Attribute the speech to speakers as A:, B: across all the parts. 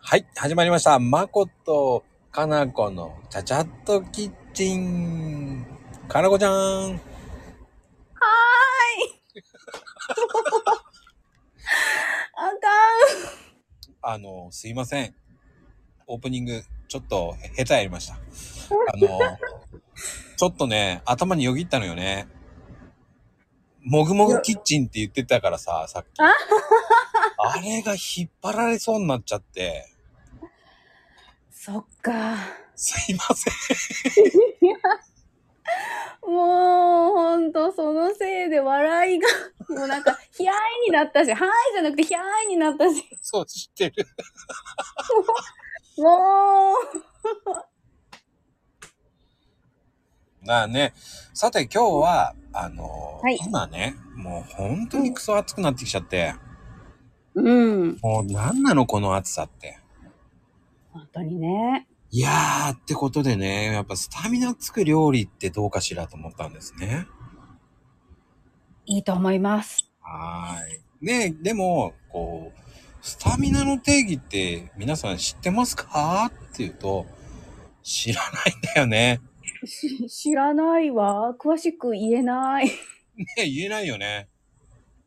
A: はい、始まりました。まことかなこのちゃちゃっとキッチン。かなこちゃん。
B: あかん。
A: あの、すいません。オープニング、ちょっと下手やりました。あの、ちょっとね、頭によぎったのよね。もぐもぐキッチンって言ってたからさ、さっき。
B: あ
A: あれが引っ張られそうになっちゃって。
B: そっか。
A: すいません。
B: もう、ほんと、そのせいで笑いが、もうなん か、ひゃーいになったし、はーいじゃなくて、ひゃーいになったし、
A: そう、知ってる。
B: もう、
A: まあね、さて今日は、あのー
B: はい
A: 今ね、もう本当にクソ暑くなってきちゃって、
B: うん。
A: もう何なのこの暑さって。
B: 本当にね。
A: いやーってことでね、やっぱスタミナつく料理ってどうかしらと思ったんですね。
B: いいと思います。
A: はーい。ねでも、こう、スタミナの定義って皆さん知ってますかっていうと、知らないんだよね。
B: し知らないわ。詳しく言えない。
A: ね言えないよね。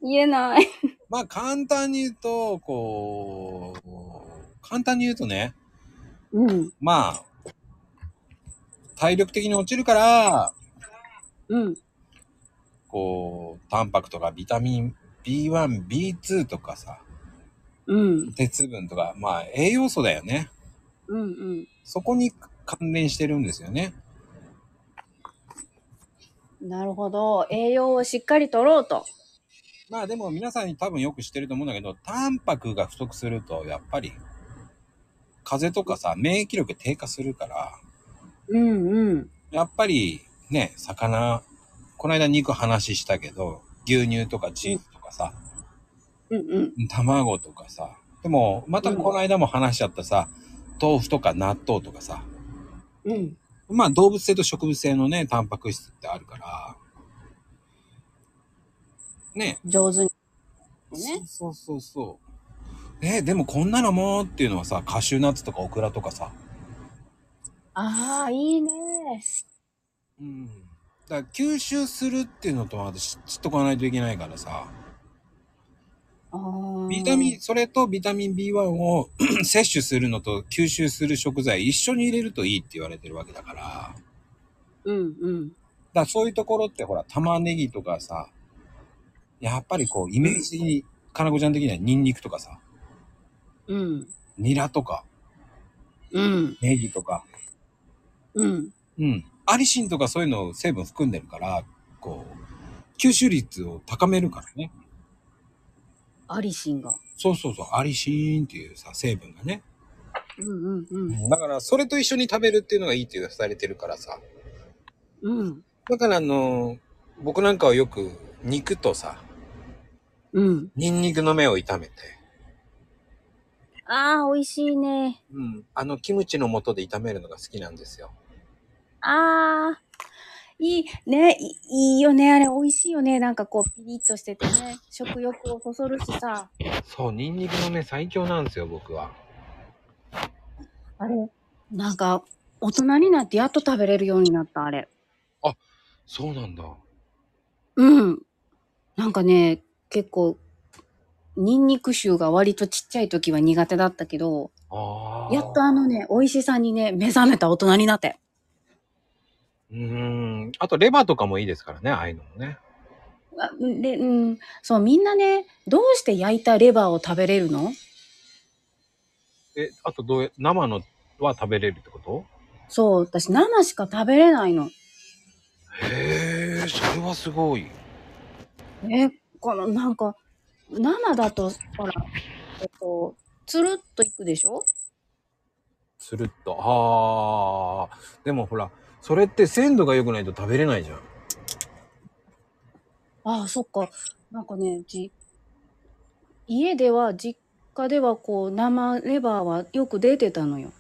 B: 言えない。
A: まあ簡単に言うと、こう、簡単に言うとね、
B: うん。
A: まあ、体力的に落ちるから、
B: うん。
A: こう、タンパクとかビタミン B1、B2 とかさ、
B: うん。
A: 鉄分とか、まあ栄養素だよね。
B: うん。うん。
A: そこに関連してるんですよね。
B: なるほど。栄養をしっかりとろうと。
A: まあでも皆さんに多分よく知ってると思うんだけど、タンパクが不足すると、やっぱり、風邪とかさ、免疫力低下するから、
B: うん。うん。
A: やっぱりね、魚、この間肉話したけど、牛乳とかチーズとかさ、
B: うん。うん。
A: 卵とかさでもまたこの間も話しちゃったさ、豆腐とか納豆とかさ
B: うん。
A: まあ動物性と植物性のねタンパク質ってあるからね
B: 上手に。
A: ね
B: ね。
A: そうそうそうえでもこんなのもっていうのはさカシューナッツとかオクラとかさ
B: ああ、いいね。
A: うんだから吸収するっていうのとまた知知っとかないといけないからさ
B: あー
A: ビタミンそれとビタミン B1 を 摂取するのと吸収する食材一緒に入れるといいって言われてるわけだから
B: うんうん。
A: だからそういうところってほら、玉ねぎとかさ、やっぱりこう、イメージ的に、かなこちゃん的にはニンニクとかさ、
B: うん。
A: ニラとか、
B: うん。
A: ネギとか、
B: うん。
A: うん。アリシンとかそういうのを成分含んでるから、こう、吸収率を高めるからね。
B: アリシンが。
A: そうそうそう、アリシンっていうさ、成分がね。
B: うんうん
A: だから、それと一緒に食べるっていうのがいいって言わされてるからさ。
B: うん。うん。
A: だから、あの、僕なんかはよく、肉とさ、
B: うん。
A: ニンニクの芽を炒めて、
B: ああ、美味しいね。
A: うん。あの、キムチの素で炒めるのが好きなんですよ。
B: ああ。いい、ね、いいいよね。あれ、美味しいよね。なんかこう、ピリッとしててね。食欲をそそるしさ。
A: そう、ニンニクのね、最強なんですよ、僕は。
B: あれなんか、大人になってやっと食べれるようになった、あれ。
A: そうなんだ。
B: うん。なんかね、結構、ニンニク臭が割とちっちゃい時は苦手だったけど、
A: ああ。
B: やっとあのね、美味しさにね、目覚めた大人になって。
A: うーん。あと、レバーとかもいいですからね、ああいうのもね。
B: あで、うん、そう、みんなね、どうして焼いたレバーを食べれるの
A: え、あとどうや、生のは食べれるってこと
B: そう、私、生しか食べれないの。
A: へえ、それはすごい。
B: え、この、なんか、生だと、ほら、えっと、つるっといくでしょ
A: つるっと。ああ。でもほら、それって鮮度が良くないと食べれないじゃん。
B: ああ、そっか。なんかね、じ、家では、実家では、こう、生レバーはよく出てたのよ。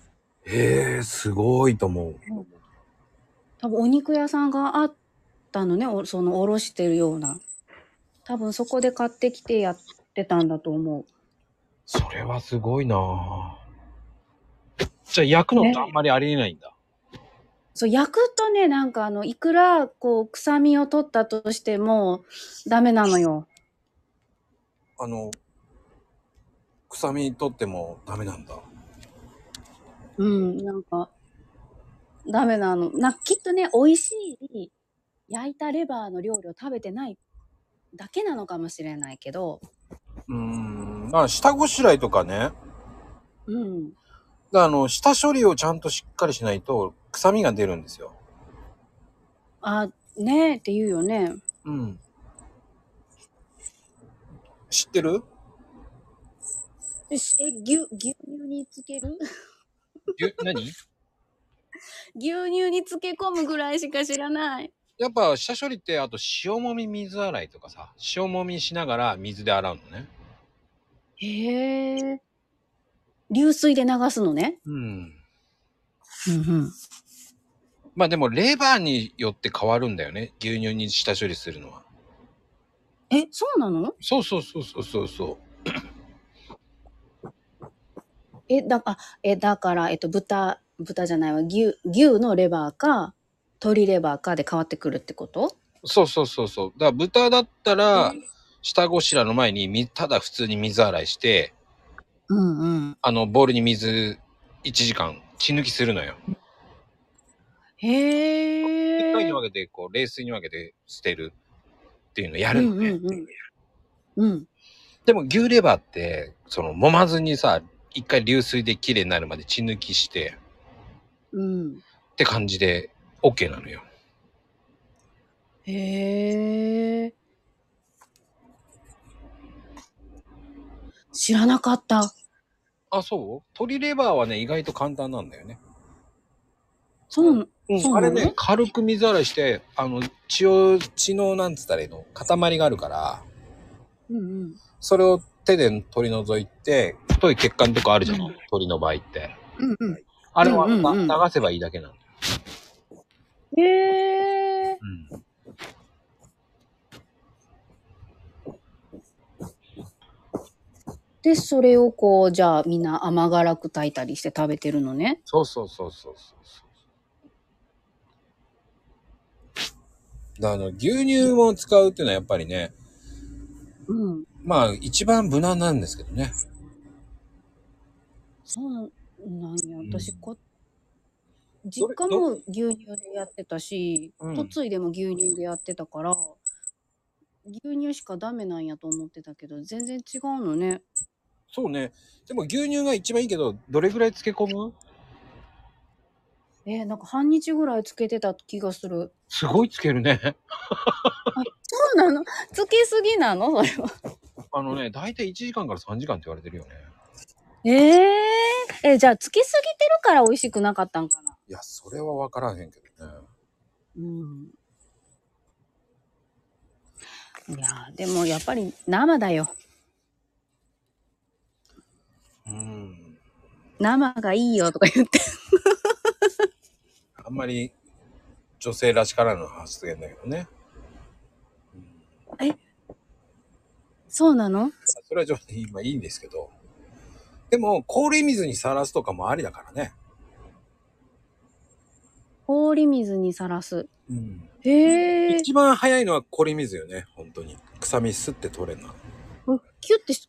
A: へえ、すごいと思う。
B: 多分、お肉屋さんがあったのね、おその、おろしてるような。多分、そこで買ってきてやってたんだと思う。
A: それはすごいなあじゃあ焼くのってあんまりありえないんだ。
B: そう、焼くとね、なんかあの、いくら、こう、臭みを取ったとしても、ダメなのよ。
A: あの、臭み取ってもダメなんだ。
B: うん、なんか、ダメなの。な、きっとね、美味しい、焼いたレバーの料理を食べてないだけなのかもしれないけど、
A: うーん。あ下ごしらえとかね。
B: うん。
A: だあの、下処理をちゃんとしっかりしないと、臭みが出るんですよ。
B: あ、ねえって言うよね。
A: うん。知ってる
B: え、しえ牛、牛乳につける
A: え、何
B: 牛乳に漬け込むぐらいしか知らない。
A: やっぱ下処理って、あと塩もみ水洗いとかさ、塩もみしながら水で洗うのね。
B: へえ。流水で流すのね。
A: うん。
B: うんうん。
A: まあでも、レバーによって変わるんだよね。牛乳に下処理するのは。
B: え、そうなの
A: そうそうそうそうそうそう。
B: え、だか、え、だから、えっと、豚、豚じゃないわ、牛、牛のレバーか、鶏レバーかで変わってくるってこと
A: そうそうそうそう。だから豚だったら、下ごしらえの前にみ、ただ普通に水洗いして、
B: うんうん。
A: あの、ボウルに水1時間血抜きするのよ。
B: へ
A: 一
B: え。
A: 回に分けて、こう、冷水に分けて捨てるっていうのやるのね。
B: うんうんうん。うん。
A: でも牛レバーって、その、揉まずにさ、一回流水できれいになるまで血抜きして、
B: うん。
A: って感じで、OK なのよ。
B: へえ。知らなかった。
A: あ、そう鶏レバーはね、意外と簡単なんだよね。
B: そう、そう
A: あ
B: な
A: れ
B: の
A: ね、軽く水洗いして、あの、血を、血の、なんつったらいいの、塊があるから、
B: うんうん。
A: それを手で取り除いて、太い血管とかあるじゃん、
B: うん
A: 鳥の場合って。
B: うんうん。
A: あれは、
B: うんうんうん
A: まあ流せばいいだけなの。
B: へえ。
A: うん。
B: で、それをこう、じゃあみんな甘辛く炊いたりして食べてるのね。
A: そうそうそうそうそうそう。だからあの、牛乳を使うっていうのはやっぱりね、
B: うん。
A: まあ一番無難なんですけどね。
B: そうなんや。
A: ん
B: 私こ、
A: ど
B: 実
A: れ
B: 家も牛乳でやってたし、
A: うん
B: 嫁いでも牛乳でやってたから、牛乳しかダメなんやと思ってたけど、全然違うのね。
A: そうね。でも牛乳が一番いいけど、どれぐらい漬け込む
B: えーなんか半日ぐらいつけてた気がする。
A: すごい漬けるね。
B: そうなのつけすぎなのそれは。
A: あのね、大体1時間から3時間って言われてるよね。
B: えー、え、じゃあつけすぎてるから美味しくなかったんかな。
A: いや、それは分からへんけどね。
B: うん。いやー、でもやっぱり生だよ。
A: うん。
B: 生がいいよとか言って。
A: あんまり女性らしからぬ発言だけどね。
B: そうなの
A: それはちょっと今いいんですけど。でも、氷水にさらすとかもありだからね。
B: 氷水にさらす。
A: うん。
B: へえ。
A: 一番早いのは氷水よね、本当に。臭みすって取れるのは。
B: キュッてし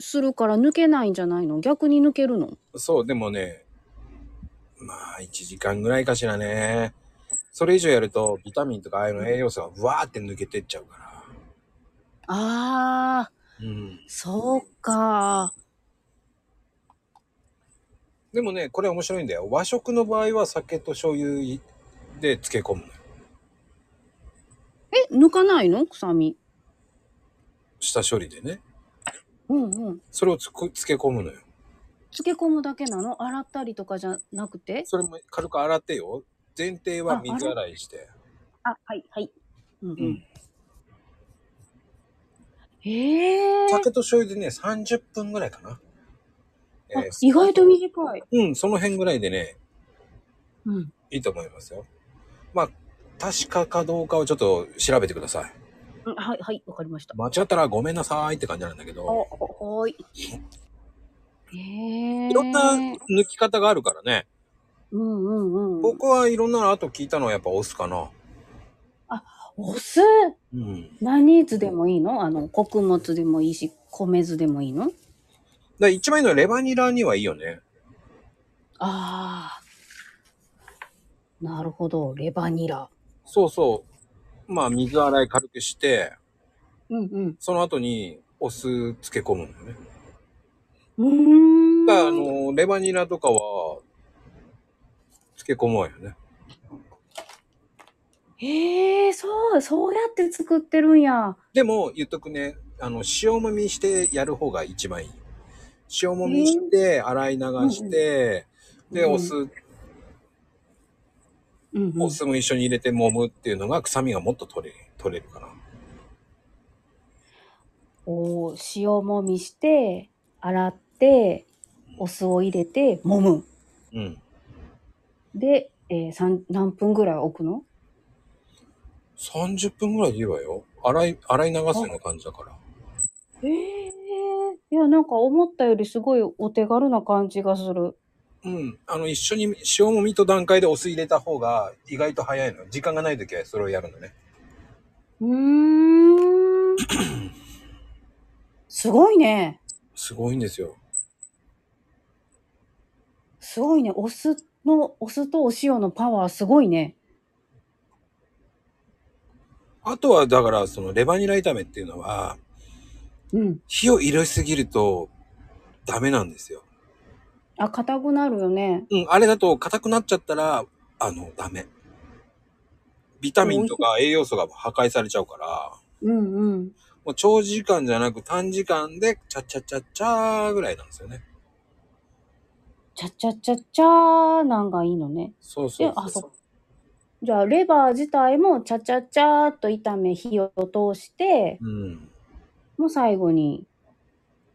B: するから抜けないんじゃないの逆に抜けるの
A: そう、でもね、まあ、1時間ぐらいかしらね。それ以上やると、ビタミンとかああいうの栄養素がわーって抜けてっちゃうか
B: ああ、
A: ら。うん。
B: そうか。
A: でもね、これ面白いんだよ。和食の場合は酒と醤油で漬け込むのよ。
B: え、抜かないの臭み。
A: 下処理でね。
B: うんうん。
A: それをつく漬け込むのよ。
B: 漬け込むだけなの洗ったりとかじゃなくて
A: それも軽く洗ってよ。前提は水洗いして。
B: あ、はい、はい。うんう
A: うんん。。
B: へえ。
A: 酒と醤油でね、30分ぐらいかな。
B: あ
A: えー
B: 意外と短い。
A: うん、その辺ぐらいでね、
B: うん。
A: いいと思いますよ。まあ、確かかどうかをちょっと調べてください。
B: うんはい、はい、わかりました。
A: 間違ったらごめんなさいって感じなんだけ
B: お、
A: ど、
B: お、おい。へえ。
A: いろんな抜き方があるからね。
B: うんうんうん。
A: 僕はいろんなの後聞いたのはやっぱ押すかな。
B: お酢
A: うん。
B: 何酢でもいいのあの、穀物でもいいし、米酢でもいいの
A: だから一番いいのはレバニラにはいいよね。
B: ああ。なるほど。レバニラ。
A: そうそう。まあ水洗い軽くして、
B: うん
A: その後にお酢漬け込むんだよね。
B: うん。うーん。
A: だからあの、レバニラとかは、漬け込もうよね。
B: へえ、そう、そうやって作ってるんや。
A: でも、言っとくね、あの、塩もみしてやる方が一番いい。塩もみして、洗い流して、
B: うん
A: で、
B: うん
A: お酢、
B: うん、うん。
A: お酢も一緒に入れて揉むっていうのが臭みがもっと取れ、取れるかな。
B: おー塩もみして洗ってお酢を入れて揉む
A: うん。
B: で、えー、さん何分ぐらい置くの
A: 30分ぐらいでいいわよ。洗い、洗い流すような感じだから。
B: えー、いやなんか思ったよりすごいお手軽な感じがする
A: うん。あの、一緒に塩もみと段階でお酢入れた方が意外と早いのよ。時間がない時はそれをやるのね。
B: うーん すごいね
A: すごいんですよ。
B: すごいねお酢のお酢とお塩のパワーすごいね
A: あとは、だから、そのレバニラ炒めっていうのは、
B: うん
A: 火を入れすぎるとダメなんですよ。
B: あ硬くなるよね
A: うん、あれだと硬くなっちゃったら、あの、ダメ。ビタミンとか栄養素が破壊されちゃうから、
B: うんうん
A: もう長時間じゃなく短時間で、チャッチャッチャッチャーぐらいなんですよね。
B: ちゃちゃちゃちゃーなんがいいのね
A: そうそう
B: えあ
A: そ
B: そうっ。じゃあレバー自体もちゃちゃちゃーっと炒め火を通して
A: うん。
B: もう最後に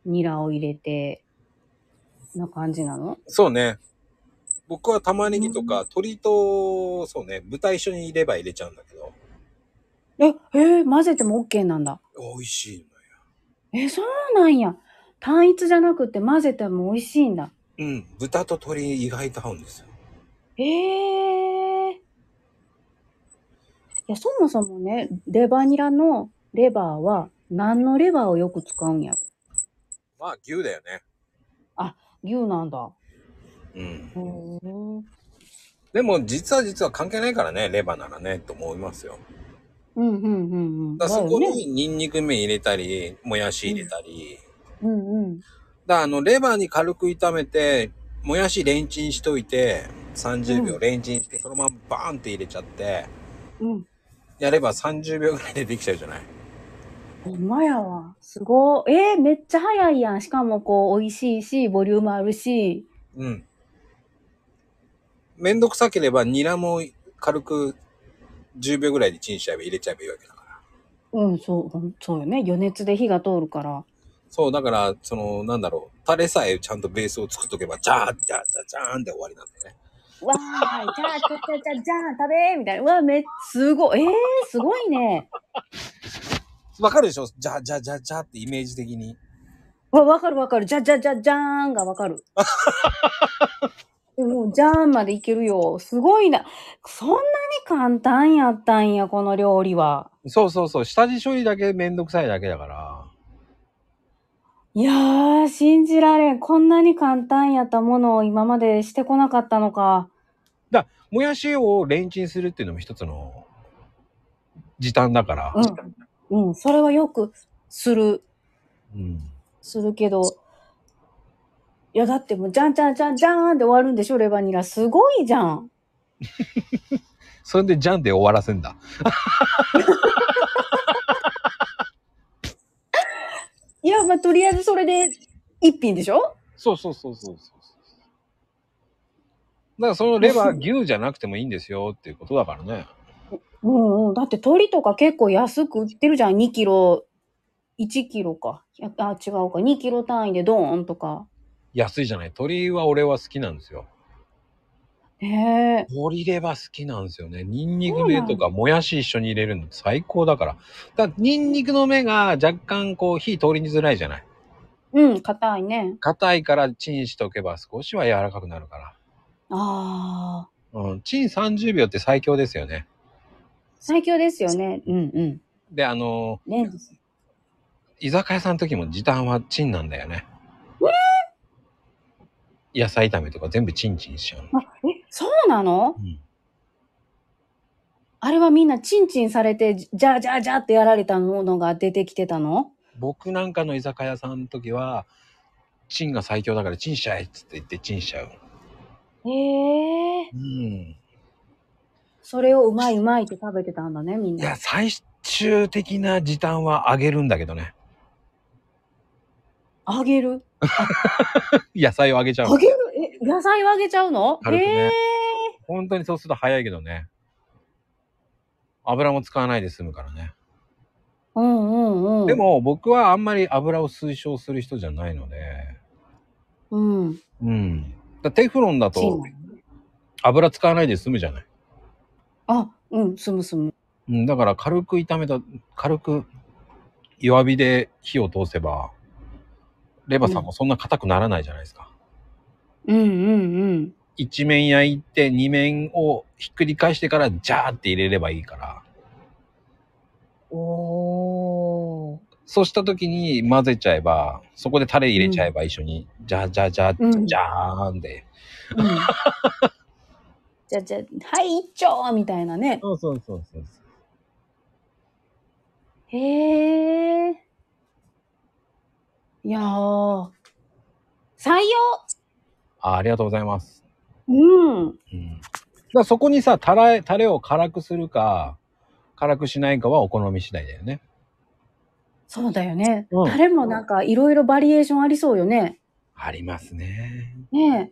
B: ニラを入れてな感じなの
A: そうね。僕は玉ねぎとか、鶏と、そうね、豚一緒に入れば入れちゃうんだけど、
B: ええー混ぜても OK なんだ
A: 美味しいのよ。
B: えそうなんや単一じゃなくて混ぜても美味しいんだ
A: うん、豚と鶏意外と合うんですよ。
B: えー、いやそもそもねレバニラのレバーは何のレバーをよく使うんやろ
A: まあ、牛だよね。
B: 牛なんだ
A: うん。
B: へー
A: でも実は実は関係ないからね、レバーならね、と思いますよ。
B: うんうんうんうん
A: だからそこ
B: だよね
A: にニンニク麺入れたり、もやし入れたり。
B: うんうん
A: だからあの、レバーに軽く炒めて、もやしレンチンしといて、30
B: う
A: 秒
B: ん
A: レンチンして、そのままバーンって入れちゃって、
B: うん
A: やれば30秒ぐらいでできちゃうじゃない
B: ほんまやわ。すごい。えーめっちゃ早いやん。しかもこう、美味しいし、ボリュームあるし。
A: うん。めんどくさければ、ニラも軽く10秒ぐらいでチンしちゃえば入れちゃえばいいわけだから。
B: うん、そうほん、そうよね。余熱で火が通るから。
A: そう、だから、その、なんだろう、タレさえちゃんとベースを作っとけば、ジャージャージャージャーンで終わりなんだよね。
B: わーい、じゃあ、じゃあ、じゃあ、じゃあ、じゃあ、食べーみたいな。うわ、めっすごい。えー、すごいね。
A: わかるでしょじゃあじゃあじゃあじゃあってイメージ的に。
B: わ、わかるわかる。じゃあ、じゃあ、じゃあ、じゃーんがわかる。でもう、じゃーんまでいけるよ。すごいな。そんなに簡単やったんや、この料理は。
A: そうそうそう。下地処理だけめんどくさいだけだから。
B: いやー、信じられん。こんなに簡単やったものを今までしてこなかったのか。
A: もやしをレンチンするっていうのも一つの時短だから。
B: うん。うん、それはよくする、
A: うん。
B: するけど。いや、だってもう、じゃんじゃんじゃんじゃーんで終わるんでしょ、レバニラ。すごいじゃん。
A: それでじゃんで終わらせんだ。
B: いや、まあ、とりあえずそれで一品でしょ
A: そうそうそうそうそうそう。だからそのレバー牛じゃなくてもいいんですよっていうことだからね。
B: うんうん。だって鳥とか結構安く売ってるじゃん。2キロ、1キロか。いやあ、違うか。2キロ単位でドーンとか。
A: 安いじゃない。鶏は俺は好きなんですよ。
B: ねえ。
A: 鶏レバー好きなんですよね。ニンニクでとかもやし一緒に入れるの最高だから。だからニンニクの芽が若干こう火通りづらいじゃない。
B: うん、硬いね。
A: 硬いからチンしておけば少しは柔らかくなるから。
B: ああ、
A: うん、チン30秒って最強ですよね。
B: 最強ですよね。うんうん。
A: で、あの
B: レンジ。
A: 居酒屋さんの時も時短はチンなんだよね。野菜炒めとか全部チンチンしちゃうの。
B: あえ、そうなの
A: うん
B: あれはみんなチンチンされて、じゃあじゃあじゃあってやられたものが出てきてたの
A: 僕なんかの居酒屋さんの時は、チンが最強だからチンしちゃえっつって言ってチンしちゃう。
B: へえ
A: うん。
B: それをうまいうまいって食べてたんだね、みん
A: い
B: な
A: や、。最終的な時短はあげるんだけどね。
B: あげる
A: 野菜をあげちゃう
B: あ。げるえ、野菜をあげちゃうの
A: 軽くね
B: へえ
A: 本当にそうすると早いけどね。油も使わないで済むからね。
B: うんうんうん。
A: で、も僕はあんまり油を推奨する人じゃないので。
B: うん。
A: うん。だテフロンだ
B: チン
A: と油使わないで済むじゃない。
B: あ、うん、すむすむ。
A: うん、だから軽く炒めた、軽く弱火で火を通せば、レバーさんもそんな硬くならないじゃないですか。
B: うんうんうん。
A: 一面焼いて二面をひっくり返してからジャーって入れればいいから。
B: おー。
A: そうした時に混ぜちゃえば、そこでタレ入れちゃえば一緒に、ジャージャージャージャージャーンで。
B: うんじゃあじゃあ、はい、一丁みたいなね。
A: そうそうそうそう。
B: へえ。いやー。採用
A: あありがとうございます。
B: うん。
A: うん、だからそこにさ、タレ、タレを辛くするか、辛くしないかはお好み次第だよね。
B: そうだよね。
A: うん
B: 誰もなんかいろいろバリエーションありそうよね。
A: ありますね。
B: ねえ。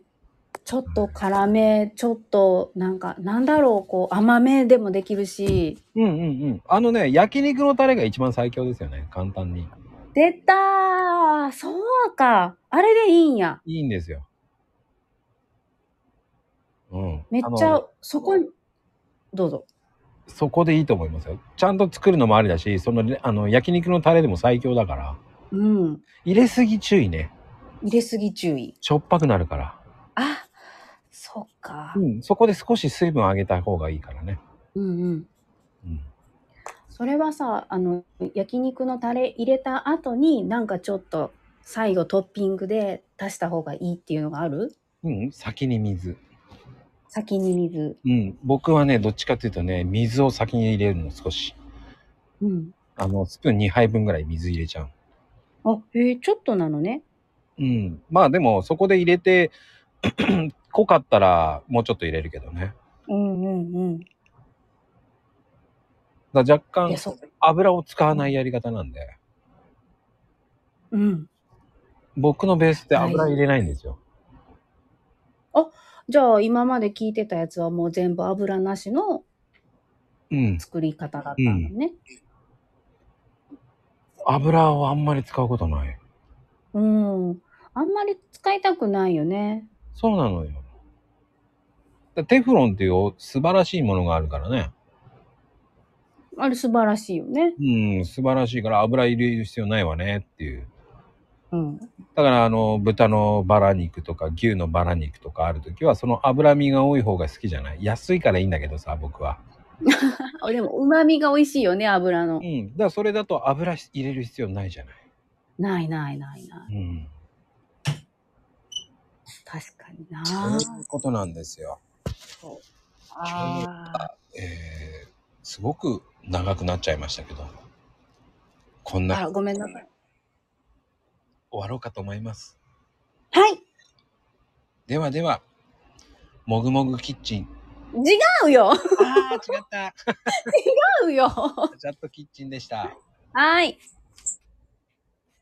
B: ちょっと辛め、ちょっとなんか、なんだろう、こう甘めでもできるし。
A: うんうんうん。あのね、焼肉のタレが一番最強ですよね。簡単に。
B: 出たーそうかあれでいいんや。
A: いいんですよ。うん。
B: めっち
A: あ
B: ゃ
A: の。、
B: そこに、どうぞ。
A: そこでいいと思いますよ。ちゃんと作るのもありだし、その、あの、焼肉のタレでも最強だから。
B: うん。
A: 入れすぎ注意ね。
B: 入れすぎ注意。
A: しょっぱくなるから。
B: あ、そっか
A: う。ん。そこで少し水分あげた方がいいからね。
B: うんうん。
A: うん。
B: それはさ、あの、焼肉のタレ入れた後に、なんかちょっと、最後トッピングで足した方がいいっていうのがある
A: うん。先に水。
B: 先に水。
A: うん。僕はね、どっちかっていうとね、水を先に入れるの少し。
B: うん。
A: あの、スプーン2杯分ぐらい水入れちゃう。
B: あ、へえ、ちょっとなのね。
A: うん。まあでも、そこで入れて、 濃かったら、もうちょっと入れるけどね。
B: うんうんうん。
A: だから若
B: いや、
A: 干、
B: そう。
A: 油を使わないやり方なんで、
B: うん。
A: 僕のベースって
B: はい
A: 油入れないんですよ。
B: じゃあ、今まで聞いてたやつはもう全部油なしの
A: うん。
B: 作り方だったのね。
A: 油をあんまり使うことない。
B: うん。あんまり使いたくないよね。
A: そうなのよ。だからテフロンっていう素晴らしいものがあるからね。
B: あれ素晴らしいよね。
A: うん、素晴らしいから油入れる必要ないわねっていう。
B: うん。
A: だからあの、豚のバラ肉とか牛のバラ肉とかあるときは、その脂身が多い方が好きじゃない安いからいいんだけどさ、僕は。
B: あでも、旨味が美味しいよね、油の
A: う。ん。だからそれだと油し入れる必要ないじゃない。
B: ないないないない。
A: うん。
B: 確かにな。
A: そういうことなんですよ。
B: あー
A: えー、すごく長くなっちゃいましたけど、こんな
B: あ
A: 終
B: ら。ごめんなさい。
A: わろうかと思います。
B: はい。
A: ではでは、もぐもぐキッチン。
B: 違うよ。
A: ああ、違った。
B: 違うよ。
A: チャットキッチンでした。
B: はい。